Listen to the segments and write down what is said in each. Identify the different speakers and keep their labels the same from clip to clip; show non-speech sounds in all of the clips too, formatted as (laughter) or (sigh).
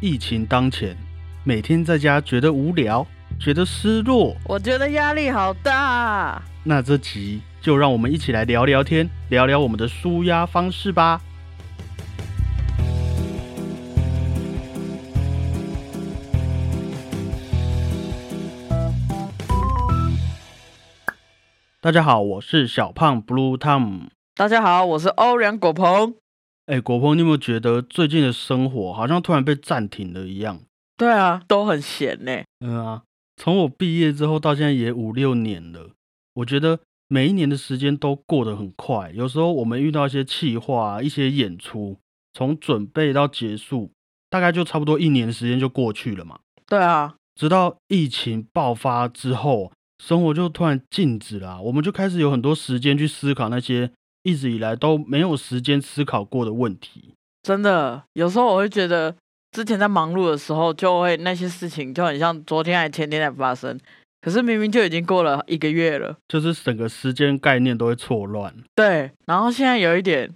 Speaker 1: 疫情当前，每天在家觉得无聊，觉得失落，
Speaker 2: 我觉得压力好大。啊
Speaker 1: 那这集就让我们一起来聊聊天，聊聊我们的舒压方式吧。大家好，我是小胖 Blue Tom。
Speaker 2: 大家好，我是欧阳果鹏。
Speaker 1: 哎，果鹏，你有没有觉得最近的生活好像突然被暂停了一样？
Speaker 2: 对啊，都很闲呢、
Speaker 1: 嗯啊，从我毕业之后到现在也五六年了，我觉得每一年的时间都过得很快。有时候我们遇到一些企划、啊一些演出，从准备到结束，大概就差不多一年的时间就过去了嘛。
Speaker 2: 对啊，
Speaker 1: 直到疫情爆发之后，生活就突然静止了啊、我们就开始有很多时间去思考那些一直以来都没有时间思考过的问题。
Speaker 2: 真的，有时候我会觉得，之前在忙碌的时候，就会那些事情就很像昨天还前天才发生，可是明明就已经过了一个月了。
Speaker 1: 就是整个时间概念都会错乱，
Speaker 2: 对，然后现在有一点，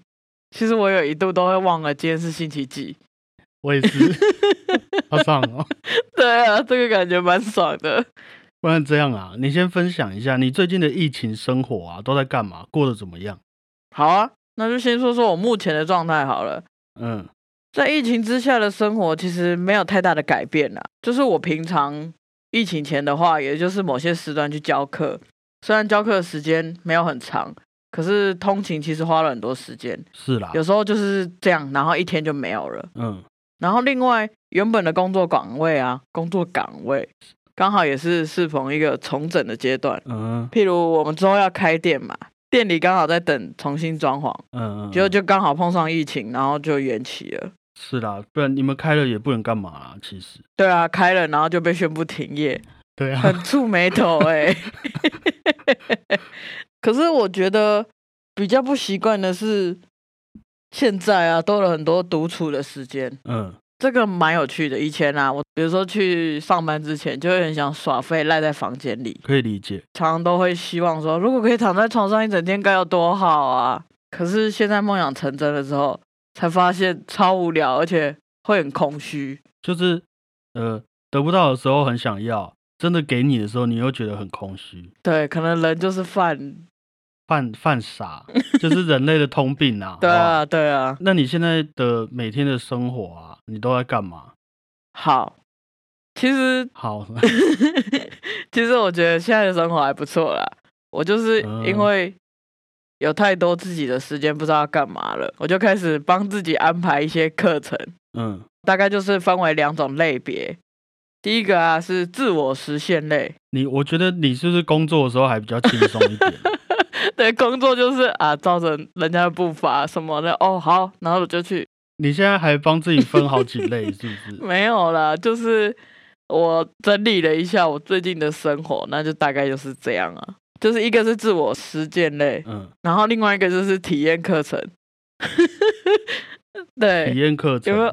Speaker 2: 其实我有一度都会忘了今天是星期几。
Speaker 1: 我也 (laughs) 是，好爽哦！
Speaker 2: 对啊，这个感觉蛮爽的。
Speaker 1: 不然这样啊，你先分享一下你最近的疫情生活啊，都在干嘛，过得怎么样？
Speaker 2: 好啊，那就先说说我目前的状态好了。
Speaker 1: 嗯，
Speaker 2: 在疫情之下的生活其实没有太大的改变啦，就是我平常疫情前的话，也就是某些时段去教课，虽然教课的时间没有很长，可是通勤其实花了很多时间，
Speaker 1: 是啦，
Speaker 2: 有时候就是这样，然后一天就没有了。
Speaker 1: 嗯，
Speaker 2: 然后另外原本的工作岗位啊，工作岗位刚好也是适逢一个重整的阶段，
Speaker 1: 嗯
Speaker 2: 譬如我们之后要开店嘛，店里刚好在等重新装潢，
Speaker 1: 嗯，
Speaker 2: 结果就刚好碰上疫情，然后就延期了。
Speaker 1: 是啦，不然你们开了也不能干嘛啦，其实。
Speaker 2: 对啊，开了然后就被宣布停业，
Speaker 1: 对啊，
Speaker 2: 很触眉头哎、 (laughs) 可是我觉得比较不习惯的是，现在啊多了很多独处的时间，
Speaker 1: 嗯，
Speaker 2: 这个蛮有趣的。以前啊，我比如说去上班之前，就会很想耍废，赖在房间里，
Speaker 1: 可以理解。
Speaker 2: 常常都会希望说，如果可以躺在床上一整天该有多好啊！可是现在梦想成真了之后，才发现超无聊，而且会很空虚。
Speaker 1: 就是呃，得不到的时候很想要，真的给你的时候，你又觉得很空虚，
Speaker 2: 对，可能人就是犯
Speaker 1: 犯犯
Speaker 2: (laughs)
Speaker 1: 傻，就是人类的通病啊。
Speaker 2: 对
Speaker 1: 好不好
Speaker 2: 啊，对啊。
Speaker 1: 那你现在的每天的生活啊，你都在干嘛？
Speaker 2: 好，其实 (laughs)
Speaker 1: 好， (laughs)
Speaker 2: 其实我觉得现在的生活还不错啦。我就是因
Speaker 1: 嗯
Speaker 2: 为有太多自己的时间，不知道要干嘛了，我就开始帮自己安排一些课程，
Speaker 1: 嗯
Speaker 2: 大概就是分为两种类别。第一个啊是自我实现类， (laughs)
Speaker 1: 你我觉得你是不是工作的时候还比较轻松一点？
Speaker 2: 对，工作就是啊照着人家的步伐什么的，哦好，然后我就去
Speaker 1: 你现在还帮自己分好几类，是不
Speaker 2: (laughs)
Speaker 1: 是？
Speaker 2: 没有啦，就是我整理了一下我最近的生活，那就大概就是这样啊。就是一个是自我实践类，
Speaker 1: 嗯，
Speaker 2: 然后另外一个就是体验课程。 (laughs)
Speaker 1: 体
Speaker 2: 对，
Speaker 1: 验课程
Speaker 2: 有。没有？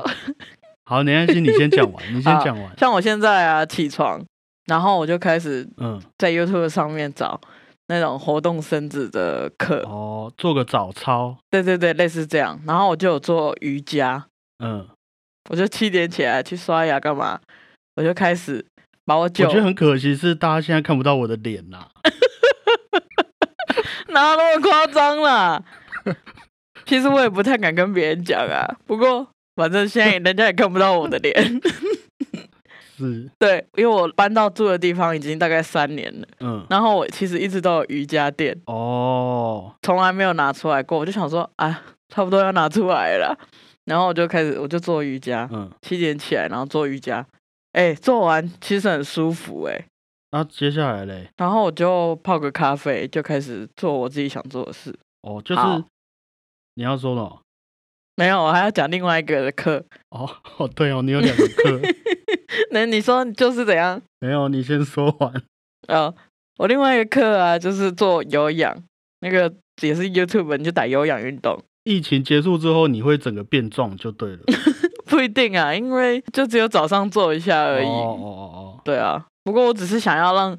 Speaker 1: 好，没关系，你先讲
Speaker 2: (laughs)
Speaker 1: 完，你先讲完。
Speaker 2: 像我现在啊，起床，然后我就开始
Speaker 1: 嗯，
Speaker 2: 在 YouTube 上面找那种活动生子的课，
Speaker 1: 哦，做个早操。
Speaker 2: 对对对，类似这样。然后我就有做瑜伽，
Speaker 1: 嗯，
Speaker 2: 我就七点起来去刷牙干嘛，我就开始把我
Speaker 1: 我
Speaker 2: 酒
Speaker 1: 觉得很可惜是大家现在看不到我的脸啦、
Speaker 2: (laughs) 哪有那么夸张啦？ (laughs) 其实我也不太敢跟别人讲啊，不过反正现在人家也看不到我的脸。 (laughs)
Speaker 1: 是，
Speaker 2: 对，因为我搬到住的地方已经大概三年了，
Speaker 1: 嗯，
Speaker 2: 然后我其实一直都有瑜伽垫，
Speaker 1: 哦，
Speaker 2: 从来没有拿出来过。我就想说，啊，差不多要拿出来了啦，然后我就开始我就做瑜伽，
Speaker 1: 嗯，
Speaker 2: 七点起来然后做瑜伽，哎、做完其实很舒服哎、
Speaker 1: 那、接下来嘞，
Speaker 2: 然后我就泡个咖啡，就开始做我自己想做的事。
Speaker 1: 哦，就是
Speaker 2: 好
Speaker 1: 你要说了。
Speaker 2: 没有，我还要讲另外一个的课。 (laughs)
Speaker 1: 哦， (laughs) 哦，对哦，你有两个课，
Speaker 2: 那你说就是怎样？
Speaker 1: 没有，你先说完。
Speaker 2: 呃，我另外一个课啊，就是做有氧，那个也是 YouTube，你就打有氧运动，
Speaker 1: 疫情结束之后，你会整个变壮就对了。
Speaker 2: 不一定啊，因为就只有早上做一下而已。
Speaker 1: 哦哦哦
Speaker 2: 对啊，不过我只是想要让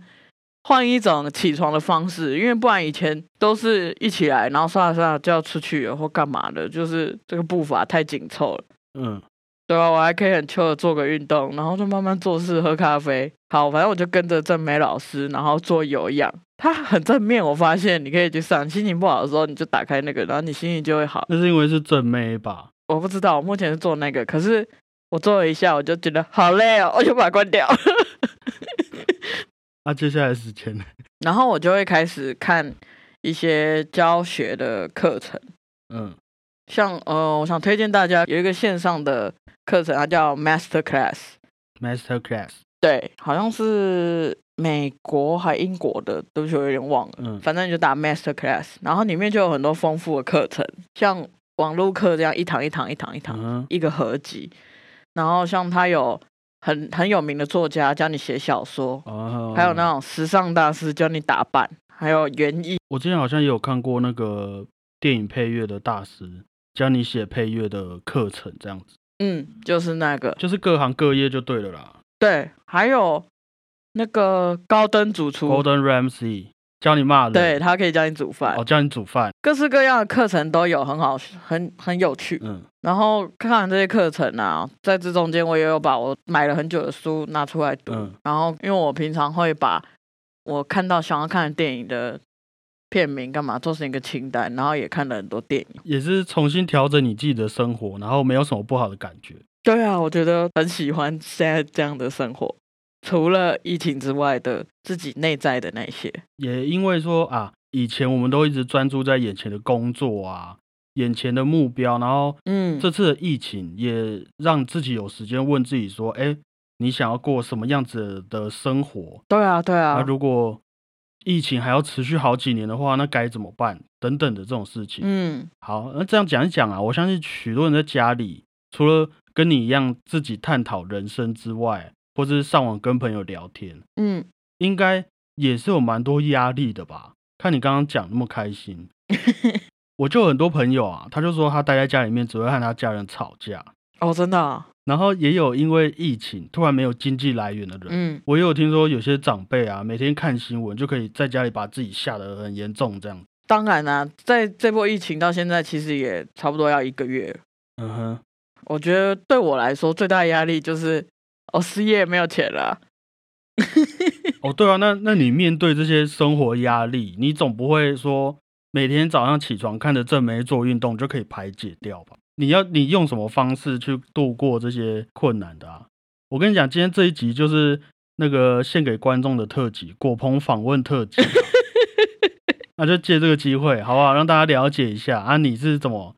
Speaker 2: 换一种起床的方式，因为不然以前都是一起来，然后刷了刷了就要出去了或干嘛的，就是这个步伐太紧凑了。
Speaker 1: 哦，嗯，
Speaker 2: 对啊，我还可以很 chill 的做个运动，然后就慢慢做事，喝咖啡。好，反正我就跟着郑美老师，然后做有氧。他很正面，我发现你可以去上。心情不好的时候，你就打开那个，然后你心情就会好。
Speaker 1: 那是因为是正妹吧？
Speaker 2: 我不知道，我目前是做那个，可是我做了一下，我就觉得好累哦，我就把它关掉。 (laughs)
Speaker 1: 那、接下来时间呢？
Speaker 2: 然后我就会开始看一些教学的课程，
Speaker 1: 嗯，
Speaker 2: 像呃，我想推荐大家有一个线上的课程，它叫 Master Class，
Speaker 1: Master Class，
Speaker 2: 对，好像是美国还英国的，对不起，我有点忘了。
Speaker 1: 嗯
Speaker 2: 反正你就打 Master Class，然后里面就有很多丰富的课程，像网络课这样一堂一堂一堂一堂、
Speaker 1: 嗯
Speaker 2: 一个合集，然后像他有很很有名的作家教你写小说，
Speaker 1: 哦，
Speaker 2: 还有那种时尚大师教你打扮，还有园艺，
Speaker 1: 我之前好像也有看过那个电影配乐的大师教你写配乐的课程，这样子，
Speaker 2: 嗯，就是那个
Speaker 1: 就是各行各业就对了啦。
Speaker 2: 对，还有那个高登主厨，
Speaker 1: Golden Ramsy 教你骂人，
Speaker 2: 对，他可以教你煮饭，
Speaker 1: 哦，教你煮饭，
Speaker 2: 各式各样的课程都有，很好，很很有趣。
Speaker 1: 嗯，
Speaker 2: 然后看完这些课程啊，在这中间我也有把我买了很久的书拿出来读。
Speaker 1: 嗯
Speaker 2: 然后因为我平常会把我看到想要看的电影的片名干嘛做成一个清单，然后也看了很多电影。
Speaker 1: 也是重新调整你自己的生活，然后没有什么不好的感觉。
Speaker 2: 对啊，我觉得很喜欢现在这样的生活，除了疫情之外的自己内在的那些。
Speaker 1: 也因为说啊，以前我们都一直专注在眼前的工作啊，眼前的目标，然后
Speaker 2: 嗯，
Speaker 1: 这次的疫情也让自己有时间问自己说，哎，你想要过什么样子的生活？
Speaker 2: 对啊，对
Speaker 1: 那
Speaker 2: 啊，
Speaker 1: 如果疫情还要持续好几年的话，那该怎么办？等等的这种事情。
Speaker 2: 嗯，
Speaker 1: 好，那这样讲一讲啊，我相信许多人在家里，除了跟你一样自己探讨人生之外，或是上网跟朋友聊天，
Speaker 2: 嗯， (laughs)
Speaker 1: 应该也是有蛮多压力的吧？看你刚刚讲那么开心，我就有很多朋友啊，他就说他待在家里面只会和他家人吵架，
Speaker 2: 哦，真的啊、
Speaker 1: 然后也有因为疫情突然没有经济来源的人。
Speaker 2: 嗯，
Speaker 1: 我也有听说有些长辈啊，每天看新闻就可以在家里把自己吓得很严重这样。
Speaker 2: 当然啦、在这波疫情到现在，其实也差不多要一个月了
Speaker 1: 嗯哼，
Speaker 2: 我觉得对我来说最大的压力就是，我、失业没有钱了啊。
Speaker 1: 哦，对啊，那那你面对这些生活压力，你总不会说每天早上起床看着正妹做运动就可以排解掉吧？你要你用什么方式去度过这些困难的啊？我跟你讲，今天这一集就是那个献给观众的特辑，果鹏访问特辑啊、那就借这个机会，好不好？让大家了解一下啊，你是怎么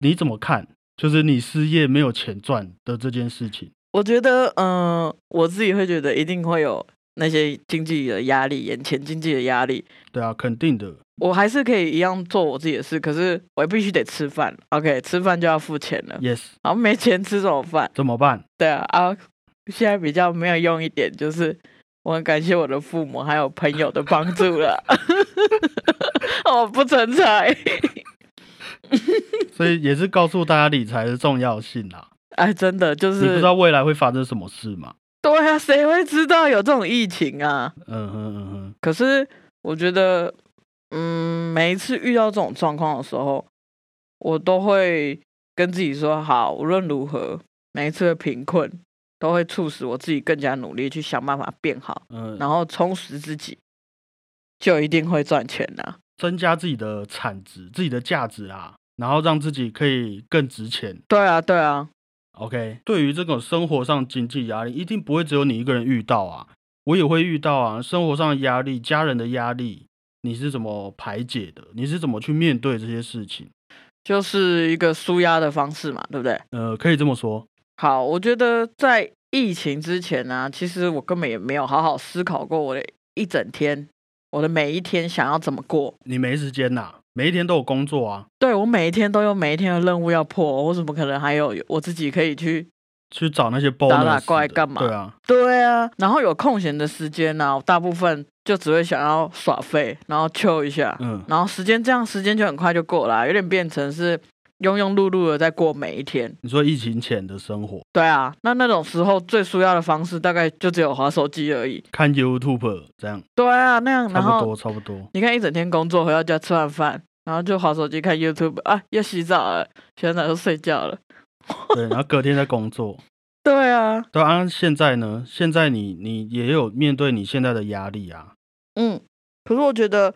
Speaker 1: 你怎么看？就是你失业没有钱赚的这件事情，
Speaker 2: (laughs) 我觉得，嗯、我自己会觉得一定会有那些经济的压力，眼前经济的压力，
Speaker 1: 对啊，肯定的，
Speaker 2: 我还是可以一样做我自己的事，可是我必须得吃饭。OK，吃饭就要付钱了，
Speaker 1: yes，
Speaker 2: 然后没钱吃怎么办？
Speaker 1: 怎么办？
Speaker 2: 对啊，啊，现在比较没有用一点，就是我很感谢我的父母还有朋友的帮助了， (laughs) 我不成才。 (laughs)
Speaker 1: 所以
Speaker 2: 嗯
Speaker 1: 也是告诉大家理财的重要性啦。
Speaker 2: 哎，真的就
Speaker 1: 你不
Speaker 2: 是
Speaker 1: 知道未来会发生什么事嘛？
Speaker 2: (laughs) 对啊，谁会知道有这种疫情啊？
Speaker 1: 嗯哼嗯哼，
Speaker 2: 可是我觉得，嗯，每一次遇到这种状况的时候，我都会跟自己说，好，无论如何，每一次的贫困都会促使我自己更加努力去想办法变好，
Speaker 1: 嗯、
Speaker 2: 然后充实自己，就一定会赚钱啊的、
Speaker 1: 增加自己的产值、自己的价值啦，然后让自己可以更值钱。
Speaker 2: 对啊，对啊，
Speaker 1: OK，对于这种生活上经济压力，一定不会只有你一个人遇到啊，我也会遇到啊。生活上的压力、家人的压力，你是怎么排解的？你是怎么去面对这些事情？
Speaker 2: 就是一个舒压的方式嘛，对不对？
Speaker 1: 呃，可以这么说，
Speaker 2: 好，我觉得在疫情之前呢、其实我根本也没有好好思考过我的一整天，我的每一天想要怎么过。
Speaker 1: 你没时间呐，每一天都有工作啊，
Speaker 2: 对我每一天都有每一天的任务要破，我怎么可能还有我自己可以去？
Speaker 1: 去找那些 bonus
Speaker 2: 打怪
Speaker 1: 的
Speaker 2: 干嘛
Speaker 1: 对啊，
Speaker 2: 对啊，然后有空闲的时间呢、我大部分就只会想要耍废，然后 chill 一下，
Speaker 1: 嗯
Speaker 2: 然后时间这样时间就很快就过了啊、有点变成是庸庸碌碌的在过每一天。
Speaker 1: 你说疫情前的生活，
Speaker 2: 对啊，那那种时候最舒压的方式大概就只有滑手机而已。
Speaker 1: 看 YouTube 这样，
Speaker 2: 对啊，那样
Speaker 1: 差
Speaker 2: 然
Speaker 1: 不
Speaker 2: 后
Speaker 1: 多差不多。
Speaker 2: 你看一整天工作，回到家吃完饭，然后就划手机看 YouTube 啊，要洗澡了，洗完澡就睡觉了，
Speaker 1: 对，然后隔天再工作。
Speaker 2: 对啊，
Speaker 1: 对啊，现在呢？现在你你也有面对你现在的压力啊，
Speaker 2: 嗯，可是我觉得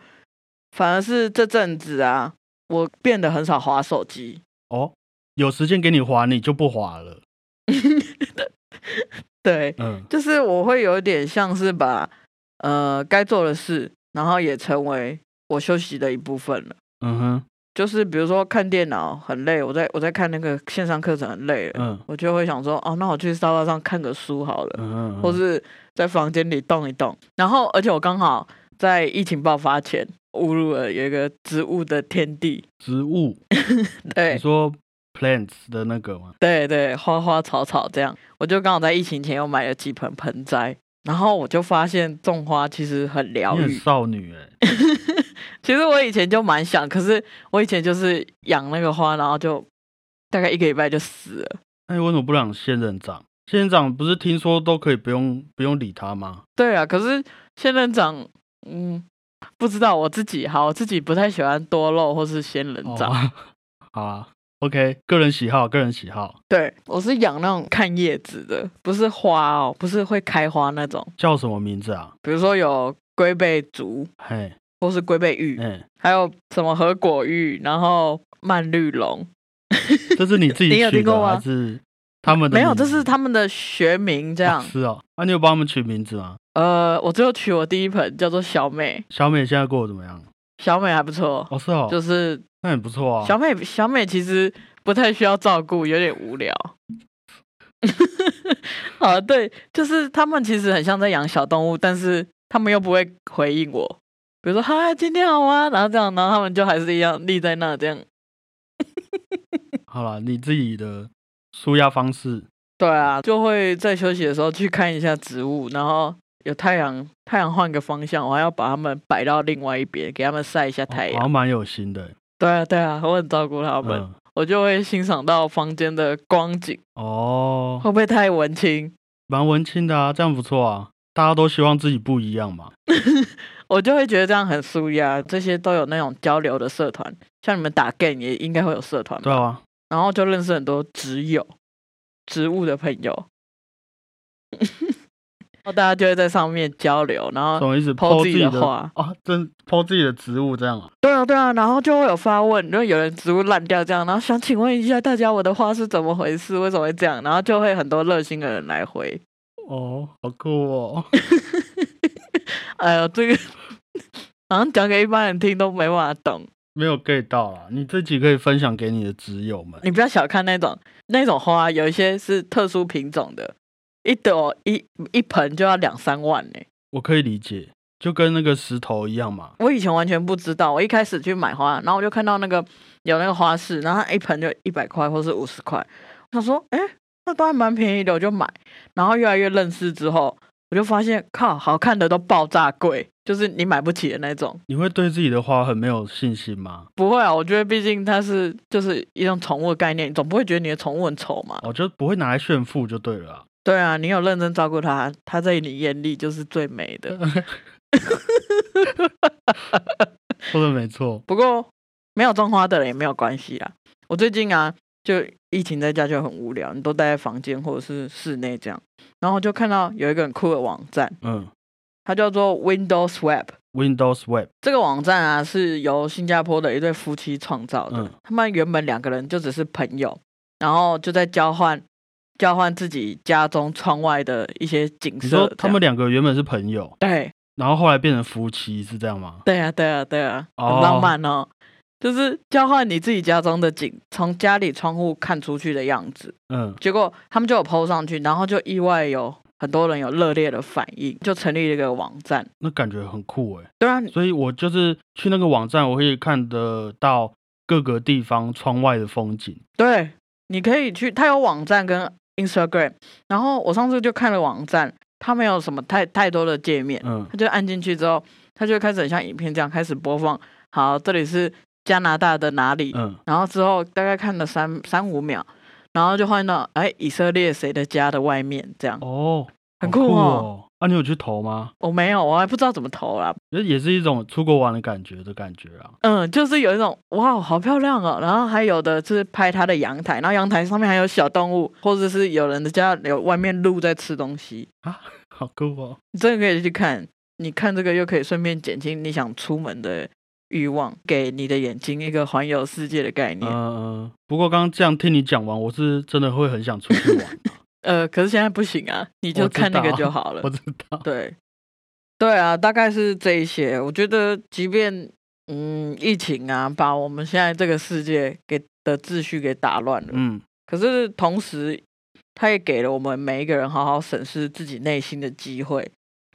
Speaker 2: 反而是这阵子啊，我变得很少划手机。
Speaker 1: 哦，有时间给你滑，你就不滑了。
Speaker 2: 对，
Speaker 1: 嗯，
Speaker 2: 就是我会有点像是把呃该做的事，然后也成为我休息的一部分了。
Speaker 1: 嗯哼，
Speaker 2: 就是比如说看电脑很累，我在我在看那个线上课程很累了，
Speaker 1: 嗯
Speaker 2: 我就会想说，哦，那我去沙发上看个书好了，
Speaker 1: 嗯哼，
Speaker 2: 或是在房间里动一动。然后，而且我刚好在疫情爆发前误入了有一个植物的天地，
Speaker 1: 植物，你
Speaker 2: 对
Speaker 1: 说 plants 的那个吗？
Speaker 2: 对对，花花草草这样。我就刚好在疫情前又买了几盆盆栽，然后我就发现种花其实很疗
Speaker 1: 你很
Speaker 2: 愈。
Speaker 1: 少女哎、
Speaker 2: 其实我以前就蛮想，可是我以前就是养那个花，然后就大概一个礼拜就死了。
Speaker 1: 那你为什么不养仙人掌？仙人掌不是听说都可以不用不用理它吗？
Speaker 2: 对啊，可是仙人掌，嗯，不知道我自己好，我自己不太喜欢多肉或是仙人掌。
Speaker 1: 哦、好啊，OK，个人喜好，个人喜好，
Speaker 2: 对，我是养那种看叶子的，不是花哦，不是会开花那种。
Speaker 1: 叫什么名字啊？
Speaker 2: 比如说有龟背竹，
Speaker 1: 嘿，
Speaker 2: 或是龟背玉，
Speaker 1: 哎，
Speaker 2: 还有什么和果玉，然后蔓绿龙。
Speaker 1: 这是你自己
Speaker 2: (laughs) 你有
Speaker 1: 取
Speaker 2: 听过
Speaker 1: 的
Speaker 2: 吗
Speaker 1: 还是他们的
Speaker 2: 没有，
Speaker 1: 名
Speaker 2: 这
Speaker 1: 字
Speaker 2: 是他们的学名。这
Speaker 1: 哦
Speaker 2: 样，
Speaker 1: 是哦，啊，你有帮他们取名字吗？
Speaker 2: 呃，我最后取我第一盆叫做小美，
Speaker 1: 小美现在过得怎么样？
Speaker 2: 小美还不错，
Speaker 1: 哦，是哦，
Speaker 2: 就是
Speaker 1: 那很不错啊。
Speaker 2: 小美，小美其实不太需要照顾，有点无聊。 (laughs) 啊，对，就是他们其实很像在养小动物，但是他们又不会回应我，比如说嗨，今天好吗？然后这样，然后他们就还是一样立在那这样。
Speaker 1: 好了，你自己的舒压方式，
Speaker 2: 对啊，就会在休息的时候去看一下植物，然后有太阳，太阳换个方向，我还要把它们摆到另外一边，给它们晒一下
Speaker 1: 哦
Speaker 2: 太
Speaker 1: 好
Speaker 2: 阳。
Speaker 1: 像蛮有心的欸。
Speaker 2: 对啊，对啊，我很照顾它们，
Speaker 1: 嗯，
Speaker 2: 我就会欣赏到房间的光景，
Speaker 1: 哦，
Speaker 2: 会不会太文青？
Speaker 1: 蛮文青的啊，这样不错啊。大家都希望自己不一样嘛。
Speaker 2: 我就会觉得这样很舒压，这些都有那种交流的社团，像你们打 game 也应该会有社团
Speaker 1: 对
Speaker 2: 吧，
Speaker 1: 啊，
Speaker 2: 然后就认识很多植友、植物的朋友， (laughs) 然后大家就会在上面交流，然
Speaker 1: 什
Speaker 2: 后
Speaker 1: 么意思？
Speaker 2: 抛
Speaker 1: 抛
Speaker 2: 啊自
Speaker 1: 自
Speaker 2: 己
Speaker 1: 己
Speaker 2: 的
Speaker 1: 的
Speaker 2: 话，
Speaker 1: 啊，真抛自己的植物这样啊？
Speaker 2: 对啊对啊，然后就会有发问，因为有人植物烂掉这样，然后想请问一下大家我的花是怎么回事，为什么会这样，然后就会很多热心的人来回，
Speaker 1: 哦，好酷哦。 (laughs)
Speaker 2: 哎呦这个 (laughs) 好像讲给一般人听都没办法懂。
Speaker 1: 没有 get 到啦，你自己可以分享给你的挚友们。
Speaker 2: 你不要小看那种那种花，有一些是特殊品种的，一朵一一盆就要两三万呢、
Speaker 1: 我可以理解，就跟那个石头一样嘛。
Speaker 2: 我以前完全不知道，我一开始去买花，然后我就看到那个有那个花市，然后它一盆就一百块或是五十块，我想说，哎、那都还蛮便宜的，我就买。然后越来越认识之后，我就发现，靠，好看的都爆炸贵，就是你买不起的那种。
Speaker 1: 你会对自己的花很没有信心吗？
Speaker 2: 不会啊，我觉得毕竟它是就是一种宠物的概念，你总不会觉得你的宠物很丑嘛。
Speaker 1: 我哦就不会拿来炫富就对了啊、 (laughs)
Speaker 2: 对啊，你有认真照顾它，它在你眼里就是最美的。
Speaker 1: 说的没错，
Speaker 2: 不过没有种花的人也没有关系啦。我最近啊，就疫情在家就很无聊，你都待在房间或者是室内这样，然后就看到有一个很酷的网站，
Speaker 1: 嗯
Speaker 2: 它叫做 Windows Web。
Speaker 1: ，Windows Web，
Speaker 2: 这个网站啊，是由新加坡的一对夫妻创造的。
Speaker 1: 嗯
Speaker 2: 他们原本两个人就只是朋友，然后就在交换交换自己家中窗外的一些景
Speaker 1: 你
Speaker 2: 啊色这样。
Speaker 1: 说他们两个原本是朋友，
Speaker 2: 对
Speaker 1: 然后后来变成夫妻是这样吗？
Speaker 2: 对啊，对啊，对啊，很
Speaker 1: 哦
Speaker 2: 浪漫哦。就是交换你自己家中的景，从家里窗户看出去的样子。
Speaker 1: 嗯，
Speaker 2: 结果他们就有 PO 上去，然后就意外有很多人有热烈的反应，就成立了一个网站。
Speaker 1: 那感觉很酷诶。
Speaker 2: 对啊，
Speaker 1: 所以我就是去那个网站，我可以看得到各个地方窗外的风景。
Speaker 2: 对，你可以去，它有网站跟 Instagram。然后我上次就看了网站，它没有什么太太多的界面，
Speaker 1: 嗯，
Speaker 2: 它就按进去之后，它就开始很像影片这样开始播放。好，这里是加拿大的哪里？
Speaker 1: 嗯，
Speaker 2: 然后之后大概看了三三五秒，然后就换到哎以色列谁的家的外面这样，
Speaker 1: 哦，
Speaker 2: 很
Speaker 1: 好
Speaker 2: 酷
Speaker 1: 酷
Speaker 2: 哦。
Speaker 1: 哦。啊，你有去投吗？
Speaker 2: 我没有，我还不知道怎么投啦。
Speaker 1: 那也是一种出国玩的感觉的感觉啊。
Speaker 2: 嗯，就是有一种哇，好漂亮哦。然后还有的是拍它的阳台，然后阳台上面还有小动物，或者是有人的家有外面鹿在吃东西，
Speaker 1: 好酷哦！
Speaker 2: 你真的可以去看。你看这个又可以顺便减轻你想出门的欲望，给你的眼睛一个环游世界的概
Speaker 1: 嗯、
Speaker 2: 念。
Speaker 1: 呃，不过刚刚这样听你讲完，我是真的会很想出去玩。
Speaker 2: 呃，可是现在不行啊，你就
Speaker 1: 我知
Speaker 2: 看那个
Speaker 1: 道
Speaker 2: 就好了
Speaker 1: (laughs) 我。知道，
Speaker 2: 对，对啊，大概是这一些。我觉得，即便嗯，疫情啊，把我们现在这个世界给的秩序给打乱了，
Speaker 1: 嗯，
Speaker 2: 可是同时，它也给了我们每一个人好好审视自己内心的机会，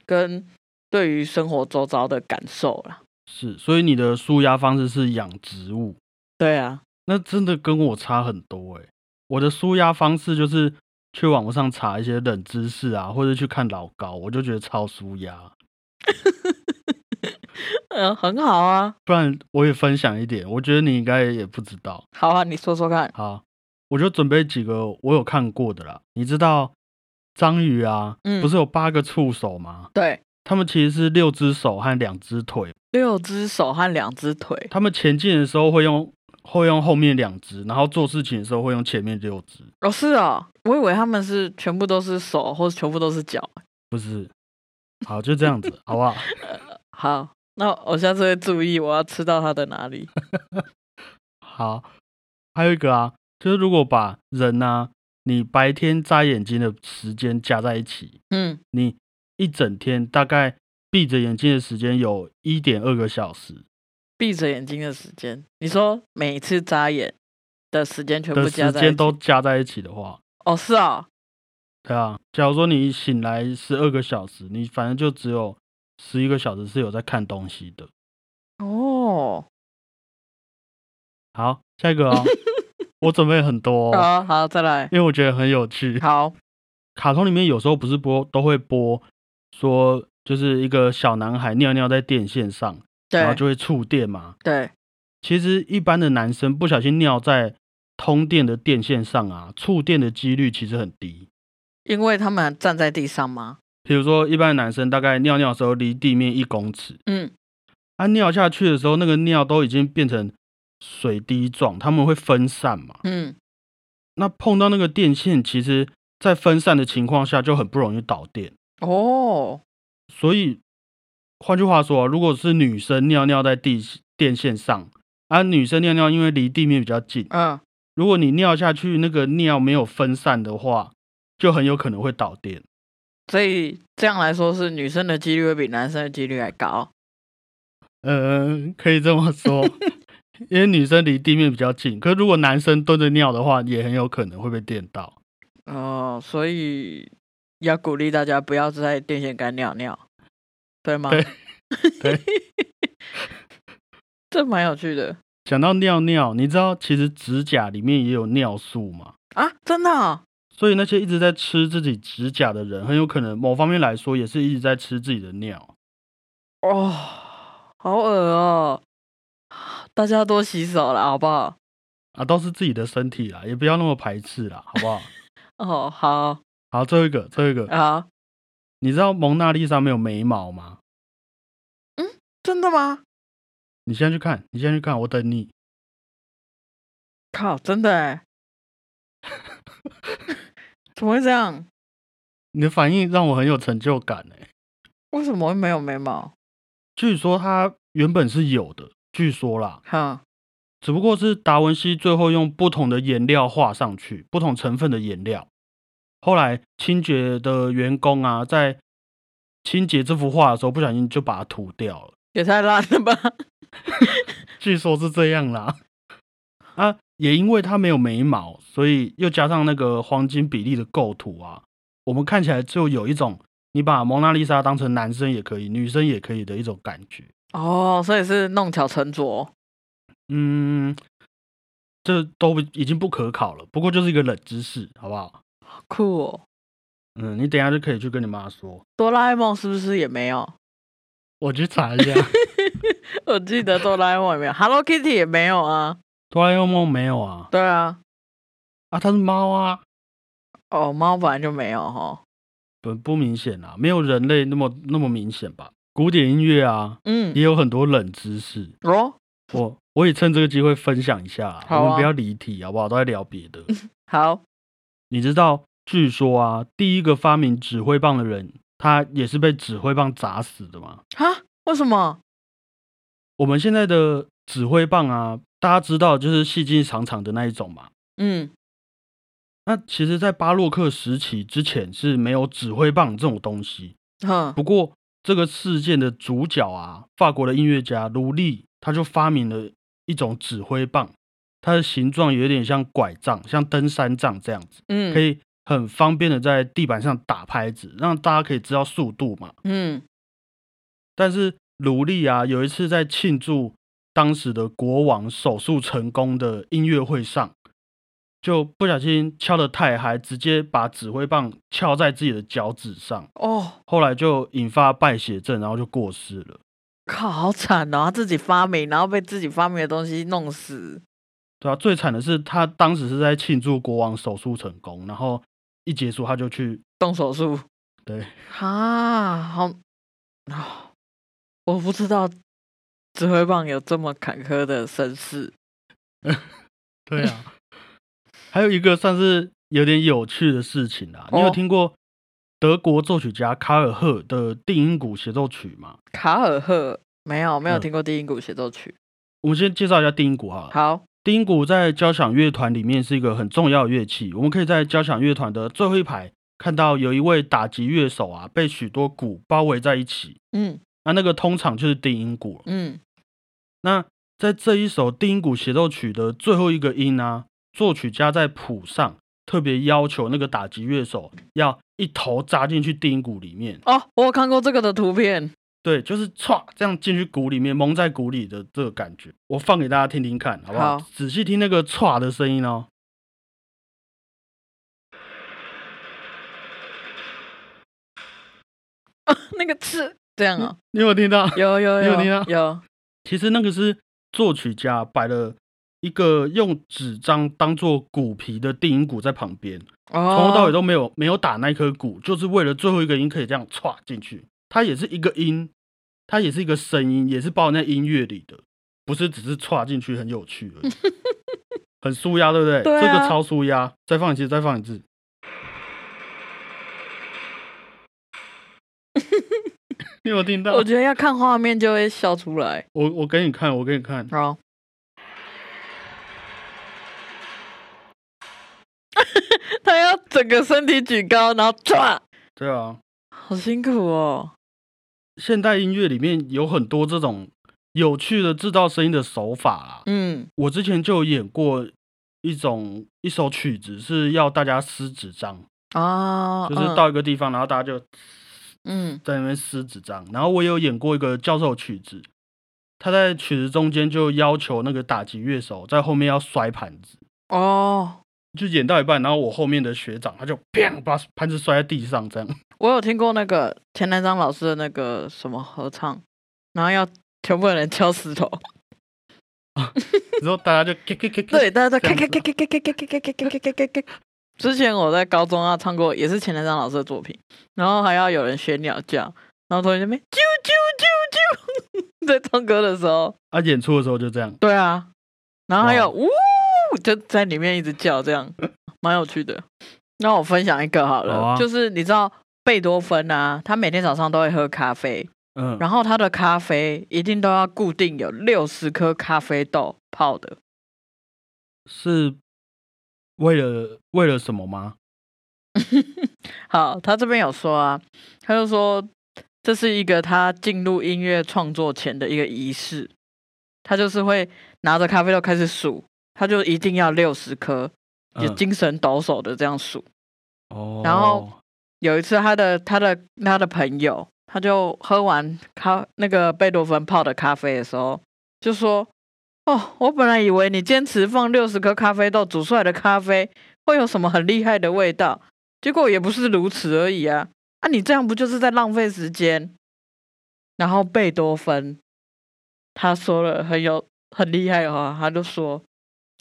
Speaker 2: 跟对于生活周遭的感受啦。
Speaker 1: 是，所以你的舒压方式是养植物，
Speaker 2: 对啊，
Speaker 1: 那真的跟我差很多诶、我的舒压方式就是去网络上查一些冷知识啊，或者去看老高，我就觉得超舒压。
Speaker 2: 嗯，很好啊，
Speaker 1: 不然我也分享一点，我觉得你应该也不知道。
Speaker 2: 好啊，你说说看。
Speaker 1: 好，我就准备几个我有看过的啦。你知道章鱼啊，
Speaker 2: 嗯
Speaker 1: 不是有八个触手吗？
Speaker 2: 对，
Speaker 1: 它们其实是六只手和两只腿。
Speaker 2: 六只手和两只腿，
Speaker 1: 它们前进的时候会用会用后面两只，然后做事情的时候会用前面六只。
Speaker 2: 哦，是哦，我以为他们是全部都是手，或是全部都是脚。
Speaker 1: 不是，好，就这样子，好不好？
Speaker 2: 好，那我下次会注意我要吃到它的哪里。
Speaker 1: 好，还有一个啊，就是如果把人啊，你白天眨眼睛的时间加在一起，
Speaker 2: (laughs) 嗯，
Speaker 1: 你一整天大概闭着眼睛的时间有一点二个小时
Speaker 2: 闭着眼睛的时间，你说每次眨眼的时间全部
Speaker 1: 的
Speaker 2: 加
Speaker 1: 时
Speaker 2: 在一
Speaker 1: 间
Speaker 2: 起
Speaker 1: 都加在一起的话，
Speaker 2: 哦，是哦，
Speaker 1: 对啊，假如说你醒来十二个小时，你反正就只有十一个小时是有在看东西的。
Speaker 2: 哦，
Speaker 1: 好，下一个
Speaker 2: (laughs)
Speaker 1: 哦，我准备很多、哦，
Speaker 2: 好好，再来，
Speaker 1: 因为我觉得很有趣。
Speaker 2: 好，
Speaker 1: 卡通里面有时候不是播都会播说，就是一个小男孩尿尿在电线上，然后
Speaker 2: 对
Speaker 1: 就会触电嘛。
Speaker 2: 对，
Speaker 1: 其实一般的男生不小心尿在通电的电线上啊，触电的几率其实很低。
Speaker 2: 因为他们站在地上吗？
Speaker 1: 比如说，一般的男生大概尿尿的时候离地面一公尺，
Speaker 2: 嗯，
Speaker 1: 他、尿下去的时候，那个尿都已经变成水滴状，他们会分散嘛。
Speaker 2: 嗯，
Speaker 1: 那碰到那个电线，其实在分散的情况下就很不容易导电。
Speaker 2: 哦，
Speaker 1: 所以，换句话说，啊如果是女生尿尿在地电线上，啊，女生尿尿因为离地面比较近，
Speaker 2: 嗯，
Speaker 1: 如果你尿下去那个尿没有分散的话，就很有可能会导电。
Speaker 2: 所以这样来说是女生的几率会比男生的几率还高。
Speaker 1: 嗯、可以这么说，因为女生离地面比较近，可是如果男生蹲着尿的话，也很有可能会被电到。
Speaker 2: 哦，所以要鼓励大家不要在电线杆尿尿，对吗？ (laughs)
Speaker 1: 对对
Speaker 2: 这蛮有趣的
Speaker 1: 讲到尿尿，你知道其实指甲里面也有尿素吗？
Speaker 2: 啊，真的哦、
Speaker 1: 所以那些一直在吃自己指甲的人，很有可能某方面来说也是一直在吃自己的尿。
Speaker 2: 哦，好恶哦！大家多洗手了，好不好？
Speaker 1: 啊，都是自己的身体啦，也不要那么排斥啦，好不好？ (laughs)
Speaker 2: 哦，好
Speaker 1: 好，最后一个，最后一个，
Speaker 2: 好，
Speaker 1: 你知道蒙娜丽莎没有眉毛吗？
Speaker 2: 真的吗？
Speaker 1: 你现在去看，你现在去看，我等你。
Speaker 2: 靠，真的哎！怎么会这样？
Speaker 1: 你的反应让我很有成就感哎、
Speaker 2: 为什么会没有眉毛？
Speaker 1: 据说它原本是有的，据说啦，
Speaker 2: 哈，
Speaker 1: 只不过是达文西最后用不同的颜料画上去，不同成分的颜料。后来清洁的员工啊，在清洁这幅画的时候，不小心就把它涂掉了。
Speaker 2: 也太烂了吧！ (laughs)
Speaker 1: 据说是这样啦。啊，也因为它没有眉毛，所以又加上那个黄金比例的构图啊，我们看起来就有一种你把蒙娜丽莎当成男生也可以，女生也可以的一种感觉。
Speaker 2: 哦，所以是弄巧成拙。
Speaker 1: 嗯，这都已经不可考了，不过就是一个冷知识，好不好？
Speaker 2: 酷哦！
Speaker 1: 嗯，你等一下就可以去跟你妈说，
Speaker 2: 哆啦 A 梦是不是也没有？
Speaker 1: 我去查一下。
Speaker 2: (laughs)
Speaker 1: (laughs)
Speaker 2: 我记得哆啦 A 梦也没有，Hello Kitty 也没有啊。
Speaker 1: 哆啦 A 梦没有啊？
Speaker 2: 对啊，
Speaker 1: 啊，它是猫啊。
Speaker 2: 哦，猫本来就没有哈。
Speaker 1: 不不明显啦，没有人类那么那么明显吧。古典音乐啊，
Speaker 2: 嗯，
Speaker 1: 也有很多冷知识，
Speaker 2: 哦，
Speaker 1: 我我也趁这个机会分享一下啦，
Speaker 2: 好啊
Speaker 1: 我们不要离题好不好？都在聊别的。 (laughs)
Speaker 2: 好，
Speaker 1: 你知道，据说啊，第一个发明指挥棒的人，他也是被指挥棒砸死的嘛。
Speaker 2: 哈，为什么？
Speaker 1: 我们现在的指挥棒啊，大家知道就是细细长长的那一种嘛。
Speaker 2: 嗯，
Speaker 1: 那其实，在巴洛克时期之前是没有指挥棒这种东西。
Speaker 2: 哼，
Speaker 1: 不过，这个事件的主角啊，法国的音乐家卢利，他就发明了一种指挥棒，它的形状有点像拐杖，像登山杖这样子，可
Speaker 2: 嗯，
Speaker 1: 以很方便的在地板上打拍子，让大家可以知道速度嘛。
Speaker 2: 嗯，
Speaker 1: 但是卢利啊，有一次在庆祝当时的国王手术成功的音乐会上，就不小心敲得太嗨，直接把指挥棒敲在自己的脚趾上，
Speaker 2: 哦，
Speaker 1: 后来就引发败血症，然后就过世了。
Speaker 2: 靠，好惨哦！他自己发明，然后被自己发明的东西弄死。
Speaker 1: 对啊，最惨的是他当时是在庆祝国王手术成功，然后一结束他就去，
Speaker 2: 动手术。
Speaker 1: 对，
Speaker 2: 啊，好啊，我不知道指挥棒有这么坎坷的身世。
Speaker 1: 对啊。还有一个算是有点有趣的事情啦，你有
Speaker 2: 哦
Speaker 1: 听过德国作曲家卡尔赫的定音鼓协奏曲吗？
Speaker 2: 卡尔赫没有没有
Speaker 1: 嗯
Speaker 2: 听过低音鼓协奏曲。
Speaker 1: 我们先介绍一下定音鼓哈。
Speaker 2: 好，
Speaker 1: 定音鼓在交响乐团里面是一个很重要的乐器。我们可以在交响乐团的最后一排看到有一位打击乐手啊，被许多鼓包围在一起。
Speaker 2: 嗯
Speaker 1: 那那个通常就是定音鼓了。
Speaker 2: 嗯
Speaker 1: 那在这一首定音鼓协奏曲的最后一个音啊，作曲家在谱上特别要求那个打击乐手要一头扎进去定音鼓里面，
Speaker 2: 哦，我有看过这个的图片。
Speaker 1: 对，就是歘这样进去鼓里面，蒙在鼓里的这个感觉，我放给大家听听看，好不好？
Speaker 2: 好
Speaker 1: 仔细听那个歘的声音哦。
Speaker 2: (laughs) 那个刺这样啊、
Speaker 1: 你有没有听到？ (laughs)
Speaker 2: 有有
Speaker 1: 你有
Speaker 2: 有
Speaker 1: 听到
Speaker 2: 有哦
Speaker 1: 其实那个是作曲家摆了一个用纸张当做鼓皮的定音鼓在旁边，从
Speaker 2: 哦，
Speaker 1: 头到尾都没有没有打那颗鼓，就是为了最后一个音可以这样歘进去。它也是一个音，它也是一个声音，也是包含在音乐里的，不是只是歘进去很有趣而已，
Speaker 2: (laughs)
Speaker 1: 很舒压，对不对？
Speaker 2: 对啊
Speaker 1: 这个超舒压。再放一次，再放一
Speaker 2: (laughs)
Speaker 1: 次。你有听到？
Speaker 2: 我觉得要看画面就会笑出来。
Speaker 1: 我我给你看，我给你看。
Speaker 2: 好， (laughs) 他要整个身体举高，然后抓，
Speaker 1: 对啊，
Speaker 2: 好辛苦哦。
Speaker 1: 现代音乐里面有很多这种有趣的制造声音的手法啊啦。
Speaker 2: 嗯，
Speaker 1: 我之前就有演过一种一首曲子，是要大家撕纸张，
Speaker 2: 啊，
Speaker 1: 就是到一个地方，然后大家就
Speaker 2: 嗯
Speaker 1: 在那边撕纸张。然后我有演过一个教授曲子，他在曲子中间就要求那个打击乐手在后面要摔盘子，
Speaker 2: 嗯哦，
Speaker 1: 就演到一半，然后我后面的学长他就砰把盘子摔在地上，这样。 (laughs)
Speaker 2: 我有听过那个钱南章老师的那个什么合唱，然后要全部人敲石头，
Speaker 1: 之后大家就咔咔咔咔
Speaker 2: 对，大家都
Speaker 1: 这
Speaker 2: 咔
Speaker 1: 样
Speaker 2: 咔
Speaker 1: 子
Speaker 2: 咔咔咔咔咔咔咔咔咔咔咔咔。之前我在高中啊唱过，也是钱南章老师的作品，然后还要有人学鸟叫，然后同学在那边啾啾啾啾，在唱歌的时候，
Speaker 1: 啊，演出的时候就这样。
Speaker 2: 对啊，然后还有
Speaker 1: 哇
Speaker 2: 呜，就在里面一直叫，这样蛮有趣的。那我分享一个好了，
Speaker 1: 好啊
Speaker 2: 就是你知道贝多芬啊，他每天早上都会喝咖啡，
Speaker 1: 嗯，
Speaker 2: 然后他的咖啡一定都要固定有六十颗咖啡豆泡的，
Speaker 1: 是为了为了什么吗？
Speaker 2: 好，他这边有说啊，他就说这是一个他进入音乐创作前的一个仪式，他就是会拿着咖啡豆开始数，他就一定要六十颗，也
Speaker 1: 嗯
Speaker 2: 精神抖擞的这样数。
Speaker 1: 哦，
Speaker 2: 然后有一次，他的他的他的朋友，他就喝完咖那个贝多芬泡的咖啡的时候，就说：“哦，我本来以为你坚持放六十颗咖啡豆煮出来的咖啡会有什么很厉害的味道，结果也不是如此而已啊！啊，你这样不就是在浪费时间？”然后贝多芬他说了很有很厉害的话，他就说：“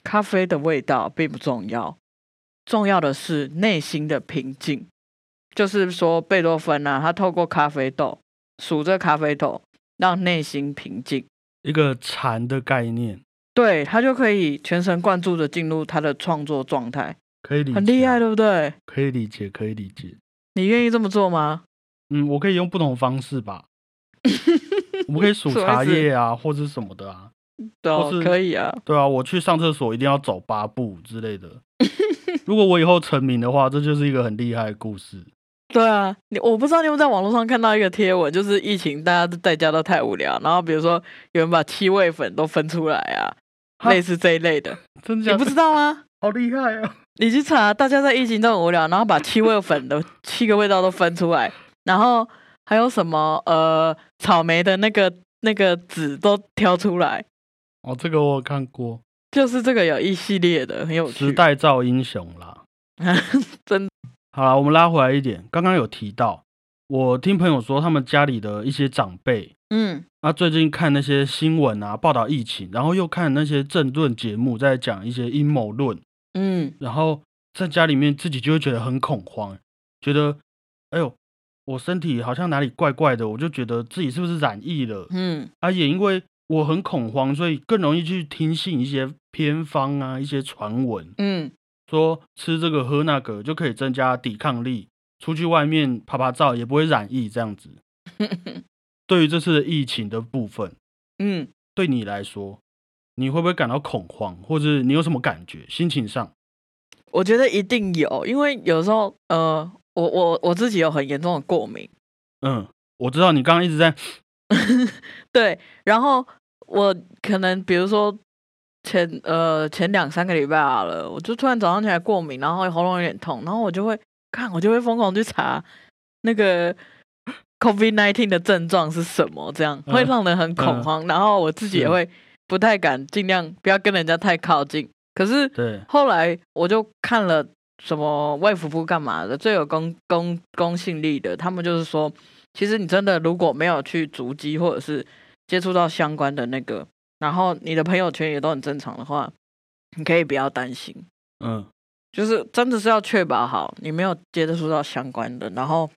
Speaker 2: 咖啡的味道并不重要，重要的是内心的平静。”就是说贝多芬啊，他透过咖啡豆数这咖啡豆，让内心平静，
Speaker 1: 一个禅的概念，
Speaker 2: 对他就可以全神贯注的进入他的创作状态，
Speaker 1: 可以理解，啊
Speaker 2: 很厉害，，对不对？
Speaker 1: 可以理解，可以理解。
Speaker 2: 你愿意这么做吗？
Speaker 1: 嗯，我可以用不同的方式
Speaker 2: (laughs)
Speaker 1: 吧，我们可以数
Speaker 2: 什么意
Speaker 1: 茶
Speaker 2: 思
Speaker 1: 叶啊，或者什么的啊，
Speaker 2: 对、
Speaker 1: 或
Speaker 2: 哦
Speaker 1: 是，
Speaker 2: 可以啊，
Speaker 1: 对啊，我去上厕所一定要走八步之类
Speaker 2: (laughs)
Speaker 1: 的。如果我以后成名的话，这就是一个很厉害的故事。
Speaker 2: 对啊，你我不知道你有没有在网络上看到一个贴文，就是疫情大家都在家都太无聊，然后比如说有人把七味粉都分出来啊，
Speaker 1: 哈
Speaker 2: 类似这一类的，
Speaker 1: 真的
Speaker 2: (laughs) 你
Speaker 1: 假
Speaker 2: 不
Speaker 1: 的？
Speaker 2: 知道吗？
Speaker 1: 好厉害啊！
Speaker 2: 你去查，大家在疫情都很无聊，然
Speaker 1: (laughs)
Speaker 2: 后把七味粉的七个味道都分出来，然后还有什么呃草莓的那个那个籽都挑出来，
Speaker 1: 哦，这个我有看过，
Speaker 2: 就是这个有一系列的很
Speaker 1: 《
Speaker 2: 有
Speaker 1: 时
Speaker 2: 趣，
Speaker 1: 代造英雄》啦。
Speaker 2: (laughs) 真
Speaker 1: 好了，我们拉回来一点，刚刚有提到，我听朋友说他们家里的一些长辈，
Speaker 2: 嗯
Speaker 1: 啊，最近看那些新闻啊，报道疫情，然后又看那些政论节目，在讲一些阴谋论，
Speaker 2: 嗯，
Speaker 1: 然后在家里面自己就会觉得很恐慌，觉得，哎呦，我身体好像哪里怪怪的，我就觉得自己是不是染疫了？
Speaker 2: 嗯，
Speaker 1: 啊，也因为我很恐慌，所以更容易去听信一些偏方啊，一些传闻。
Speaker 2: 嗯
Speaker 1: 说吃这个喝那个就可以增加抵抗力，出去外面拍拍照也不会染疫这样子。
Speaker 2: 嗯
Speaker 1: 对于这次的疫情的部分，
Speaker 2: 嗯，
Speaker 1: 对你来说，你会不会感到恐慌，或者你有什么感觉？心情上，
Speaker 2: 我觉得一定有，因为有时候呃，我我我自己有很严重的过敏，
Speaker 1: 嗯，我知道你刚刚一直在，
Speaker 2: 对，然后我可能比如说前呃前两三个礼拜好了，我就突然早上起来过敏，然后喉咙有点痛，然后我就会看我就会疯狂去查那个 (laughs) COVID nineteen 的症状是什么，这样会
Speaker 1: 嗯
Speaker 2: 让人很恐
Speaker 1: 嗯
Speaker 2: 慌，然后我自己也
Speaker 1: 是
Speaker 2: 会不太敢，尽量不要跟人家太靠近。可是
Speaker 1: 对，
Speaker 2: 后来我就看了什么卫福部干嘛的最有公公公信力的，他们就是说，其实你真的如果没有去足迹或者是接触到相关的那个，然后你的朋友圈也都很正常的话，你可以不要担心，
Speaker 1: 嗯，
Speaker 2: 就是真的是要确保好你没有接触到相关的，然后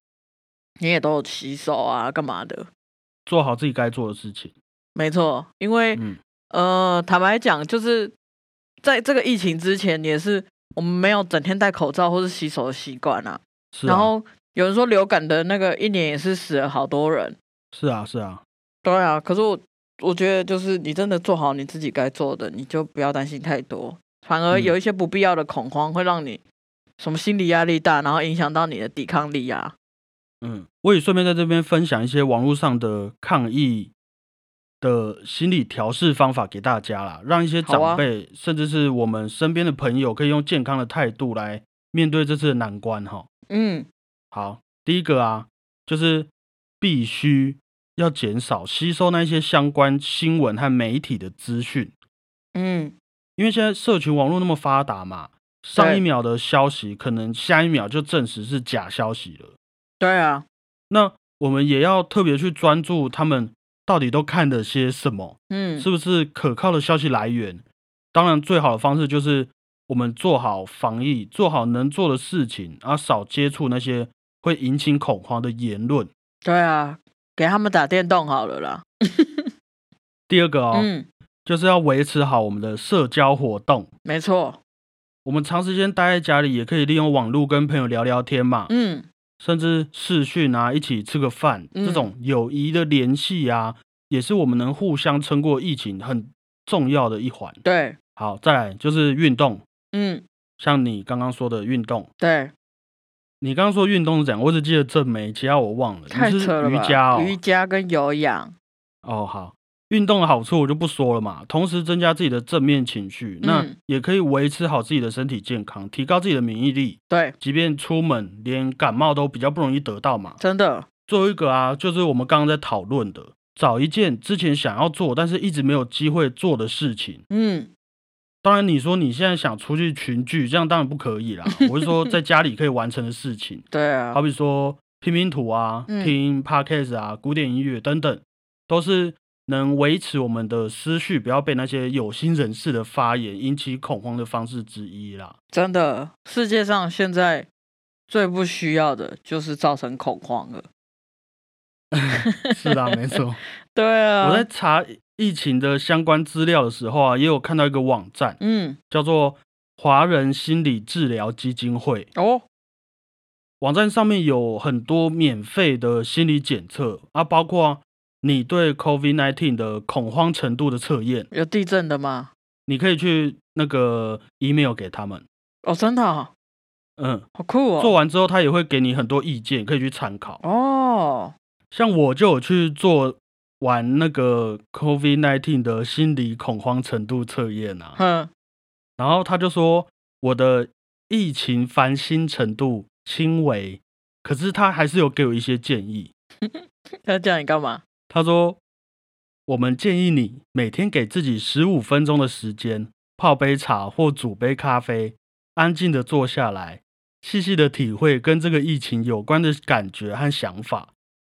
Speaker 2: 你也都有洗手啊干嘛的，
Speaker 1: 做好自己该做的事情，
Speaker 2: 没错，因为
Speaker 1: 嗯，
Speaker 2: 呃，坦白讲，就是在这个疫情之前，也是我们没有整天戴口罩或是洗手的习惯啊。
Speaker 1: 是啊，
Speaker 2: 然后有人说流感的那个一年也是死了好多人，
Speaker 1: 是啊，是啊，
Speaker 2: 对啊。可是我我觉得就是你真的做好你自己该做的，你就不要担心太多，反而
Speaker 1: 嗯
Speaker 2: 有一些不必要的恐慌会让你什么心理压力大，然后影响到你的抵抗力啊。
Speaker 1: 嗯，我也顺便在这边分享一些网络上的抗疫的心理调试方法给大家啦，让一些
Speaker 2: 好啊
Speaker 1: 长辈、甚至是我们身边的朋友可以用健康的态度来面对这次的难关哈。
Speaker 2: 嗯
Speaker 1: 好，第一个啊，就是必须要减少吸收那一些相关新闻和媒体的资讯，
Speaker 2: 嗯，
Speaker 1: 因为现在社群网络那么发达嘛，上
Speaker 2: 对
Speaker 1: 一秒的消息可能下一秒就证实是假消息了。
Speaker 2: 对啊，
Speaker 1: 那我们也要特别去专注他们到底都看了些什么，
Speaker 2: 嗯
Speaker 1: 是不是可靠的消息来源？当然，最好的方式就是我们做好防疫，做好能做的事情，啊，少接触那些会引起恐慌的言论。
Speaker 2: 对啊，给他们打电动好了啦。
Speaker 1: 第二个哦，
Speaker 2: 嗯，
Speaker 1: 就是要维持好我们的社交活动。
Speaker 2: 没错。
Speaker 1: 我们长时间待在家里，也可以利用网络跟朋友聊聊天嘛，
Speaker 2: 嗯。
Speaker 1: 甚至视讯啊，一起吃个饭，
Speaker 2: 嗯
Speaker 1: 这种友谊的联系啊，也是我们能互相撑过疫情很重要的一环。
Speaker 2: 对，
Speaker 1: 好，再来就是运动，
Speaker 2: 嗯，
Speaker 1: 像你刚刚说的运动，
Speaker 2: 对，
Speaker 1: 你刚刚说运动是怎样？我只记得正美，其他我忘了。
Speaker 2: 太
Speaker 1: 你
Speaker 2: 扯
Speaker 1: 是
Speaker 2: 了
Speaker 1: 瑜
Speaker 2: 吧？
Speaker 1: 伽哦，
Speaker 2: 瑜伽跟有氧，
Speaker 1: 哦好。运动的好处我就不说了嘛，同时增加自己的正面情绪，那
Speaker 2: 嗯
Speaker 1: 也可以维持好自己的身体健康，提高自己的免疫力。
Speaker 2: 对，
Speaker 1: 即便出门，连感冒都比较不容易得到嘛。
Speaker 2: 真的，
Speaker 1: 最后一个啊，就是我们刚刚在讨论的，找一件之前想要做但是一直没有机会做的事情。
Speaker 2: 嗯，
Speaker 1: 当然，你说你现在想出去群聚，这样当然不可以啦。我是说，在家里可以完成的事情，
Speaker 2: 对啊
Speaker 1: 好，比说拼拼图啊、
Speaker 2: 嗯
Speaker 1: 听 podcast 啊、古典音乐等等，都是能维持我们的思绪，不要被那些有心人士的
Speaker 2: (laughs)
Speaker 1: 发言引起恐慌的方式之一啦。
Speaker 2: 真的，世界上现在最不需要的就是造成恐慌了。
Speaker 1: 是啊，没
Speaker 2: (laughs)
Speaker 1: 错。
Speaker 2: 对啊，
Speaker 1: 我在查疫情的相关资料的时候啊，也有看到一个网站
Speaker 2: 嗯
Speaker 1: 叫做华人心理治疗基金会，
Speaker 2: 哦
Speaker 1: 网站上面有很多免费的心理检测啊，包括你对 COVID-19 的恐慌程度的测验，
Speaker 2: 有地震的吗？
Speaker 1: 你可以去那个 email 给他们，
Speaker 2: 哦，真的哦、
Speaker 1: 嗯，
Speaker 2: 好酷哦！
Speaker 1: 做完之后他也会给你很多意见，可以去参考。
Speaker 2: 哦，
Speaker 1: 像我就有去做玩那个 COVID-19 的心理恐慌程度测验啊，
Speaker 2: 哼，
Speaker 1: 然后他就说我的疫情烦心程度轻微，可是他还是有给我一些建议。
Speaker 2: 那叫你干嘛？
Speaker 1: 他说：“我们建议你每天给自己十五分钟的时间，泡杯茶或煮杯咖啡，安静的坐下来，细细的体会跟这个疫情有关的感觉和想法。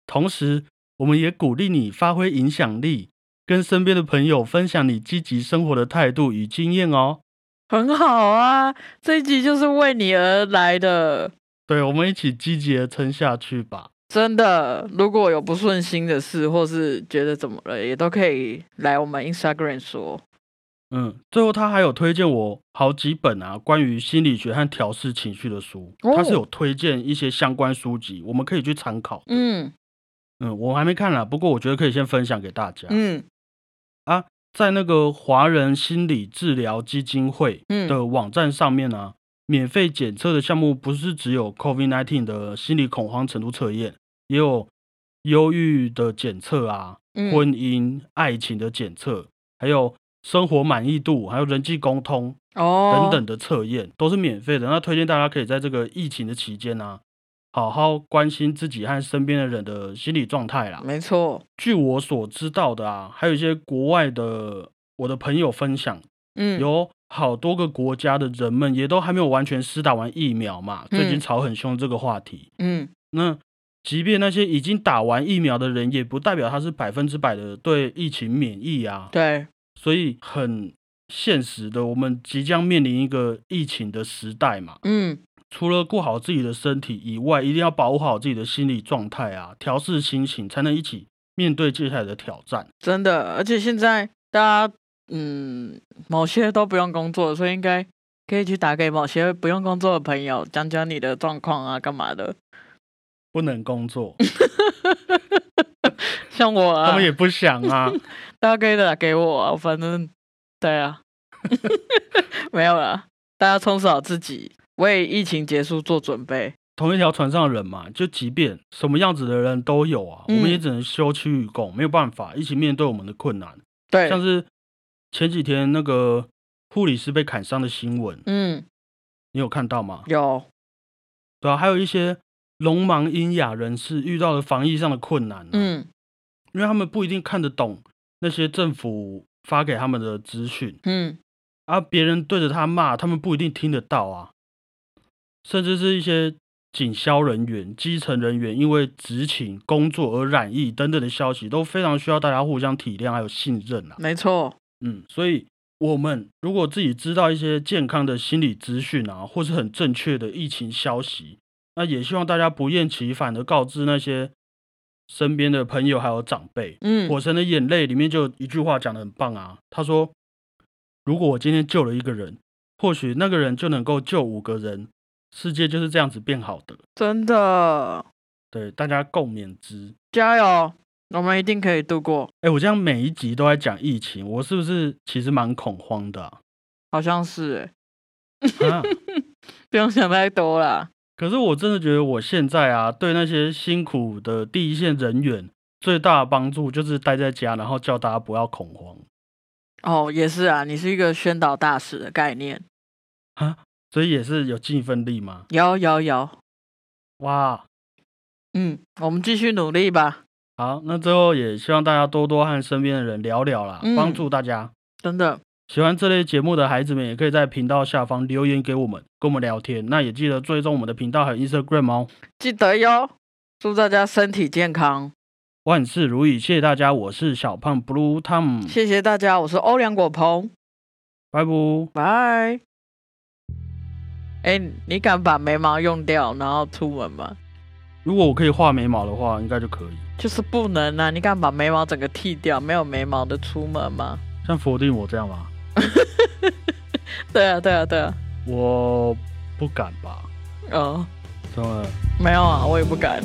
Speaker 1: 同时，我们也鼓励你发挥影响力，跟身边的朋友分享你积极生活的态度与经验哦。
Speaker 2: 很好啊，这一集就是为你而来的，
Speaker 1: 对，我们一起积极的撑下去吧。
Speaker 2: 真的。如果有不顺心的事，或是觉得怎么了，也都可以来我们 Instagram 说。
Speaker 1: 嗯，最后他还有推荐我好几本啊，关于心理学和调试情绪的书，
Speaker 2: 哦
Speaker 1: 他是有推荐一些相关书籍，我们可以去参考。
Speaker 2: 嗯
Speaker 1: 嗯，我还没看啦，不过我觉得可以先分享给大家。
Speaker 2: 嗯
Speaker 1: 在那个华人心理治疗基金会
Speaker 2: 嗯，
Speaker 1: 的网站上面呢、啊，免费检测的项目不是只有 COVID-19 的心理恐慌程度测验，也有忧郁的检测啊，
Speaker 2: 嗯
Speaker 1: 婚姻、爱情的检测，还有生活满意度，还有人际沟通。
Speaker 2: 哦
Speaker 1: 等等的测验都是免费的。那推荐大家可以在这个疫情的期间呢、好好关心自己和身边的人的心理状态啦。
Speaker 2: 没错，
Speaker 1: 据我所知道的啊，还有一些国外的我的朋友分享，
Speaker 2: 嗯
Speaker 1: 有好多个国家的人们也都还没有完全施打完疫苗嘛，
Speaker 2: 嗯
Speaker 1: 最近吵很凶这个话题。
Speaker 2: 嗯
Speaker 1: 那即便那些已经打完疫苗的人，也不代表他是百分之百的对疫情免疫啊。
Speaker 2: 对，
Speaker 1: 所以很现实的，我们即将面临一个疫情的时代嘛。
Speaker 2: 嗯
Speaker 1: 除了顾好自己的身体以外，一定要保护好自己的心理状态啊，调试心情，才能一起面对接下来的挑战。
Speaker 2: 真的。而且现在大家嗯某些都不用工作，所以应该可以去打给某些不用工作的朋友，讲讲你的状况啊，干嘛的。
Speaker 1: 不能工
Speaker 2: (laughs)
Speaker 1: 作，
Speaker 2: 像我啊，
Speaker 1: 他们也不想啊。
Speaker 2: 大家可以打给我啊，反正对 (laughs) 啊，没有啦，大家充实好自己，为疫情结束做准备。
Speaker 1: 同一条船上的人嘛，就即便什么样子的人都有啊，
Speaker 2: 嗯
Speaker 1: 我们也只能休戚与共，没有办法一起面对我们的困难。
Speaker 2: 对，
Speaker 1: 像是前几天那个护理师被砍伤的新闻，
Speaker 2: 嗯，
Speaker 1: 你有看到吗？
Speaker 2: 有，
Speaker 1: 对啊，还有一些聋盲聋哑人士遇到了防疫上的困难、，啊
Speaker 2: 嗯
Speaker 1: 因为他们不一定看得懂那些政府发给他们的资讯
Speaker 2: 嗯，
Speaker 1: 啊，别人对着他骂，他们不一定听得到啊，甚至是一些警消人员、基层人员因为执勤、工作而染疫等等的消息，都非常需要大家互相体谅还有信任啊。
Speaker 2: 没错，
Speaker 1: 嗯，所以我们如果自己知道一些健康的心理资讯啊，或是很正确的疫情消息，那也希望大家不厌其烦的告知那些身边的朋友还有长辈。
Speaker 2: 嗯
Speaker 1: 火神的眼泪里面就有一句话讲的很棒啊，他说：“如果我今天救了一个人，或许那个人就能够救五个人，世界就是这样子变好的。
Speaker 2: 真的，”
Speaker 1: 对，大家共勉之。
Speaker 2: 加油，我们一定可以度过。
Speaker 1: 哎，我这样每一集都在讲疫情，我是不是其实蛮恐慌的啊？
Speaker 2: 好像是、欸，
Speaker 1: 啊 (laughs)
Speaker 2: 不用想太多啦。
Speaker 1: 可是我真的觉得我现在啊，对那些辛苦的第一线人员最大的帮助就是待在家，然后叫大家不要恐慌
Speaker 2: 哦，也是啊，你是一个宣导大使的概念，
Speaker 1: 啊，所以也是有尽一份力嘛。
Speaker 2: 有有有，
Speaker 1: 哇，
Speaker 2: 嗯，我们继续努力吧，
Speaker 1: 好，那最后也希望大家多多和身边的人聊聊啦，
Speaker 2: 嗯
Speaker 1: 帮助大家。
Speaker 2: 真的，
Speaker 1: 喜欢这类节目的孩子们，也可以在频道下方留言给我们，跟我们聊天。那也记得追踪我们的频道还有 Instagram 哦。
Speaker 2: 记得哟，祝大家身体健康。
Speaker 1: 万事如意，谢谢大家，我是小胖 Blue Tom，
Speaker 2: 谢谢大家，我是欧良果鹏，
Speaker 1: 拜拜。
Speaker 2: 拜。哎、哎、你敢把眉毛用掉然后出门吗？
Speaker 1: 如果我可以画眉毛的话，应该就可以。
Speaker 2: 就是不能啊！你敢把眉毛整个剃掉，没有眉毛的出门吗？
Speaker 1: 像否定我这样吗？
Speaker 2: 对啊，对啊，对啊。
Speaker 1: 我不敢吧？
Speaker 2: 哦，
Speaker 1: 怎么了？
Speaker 2: 没有啊，我也不敢。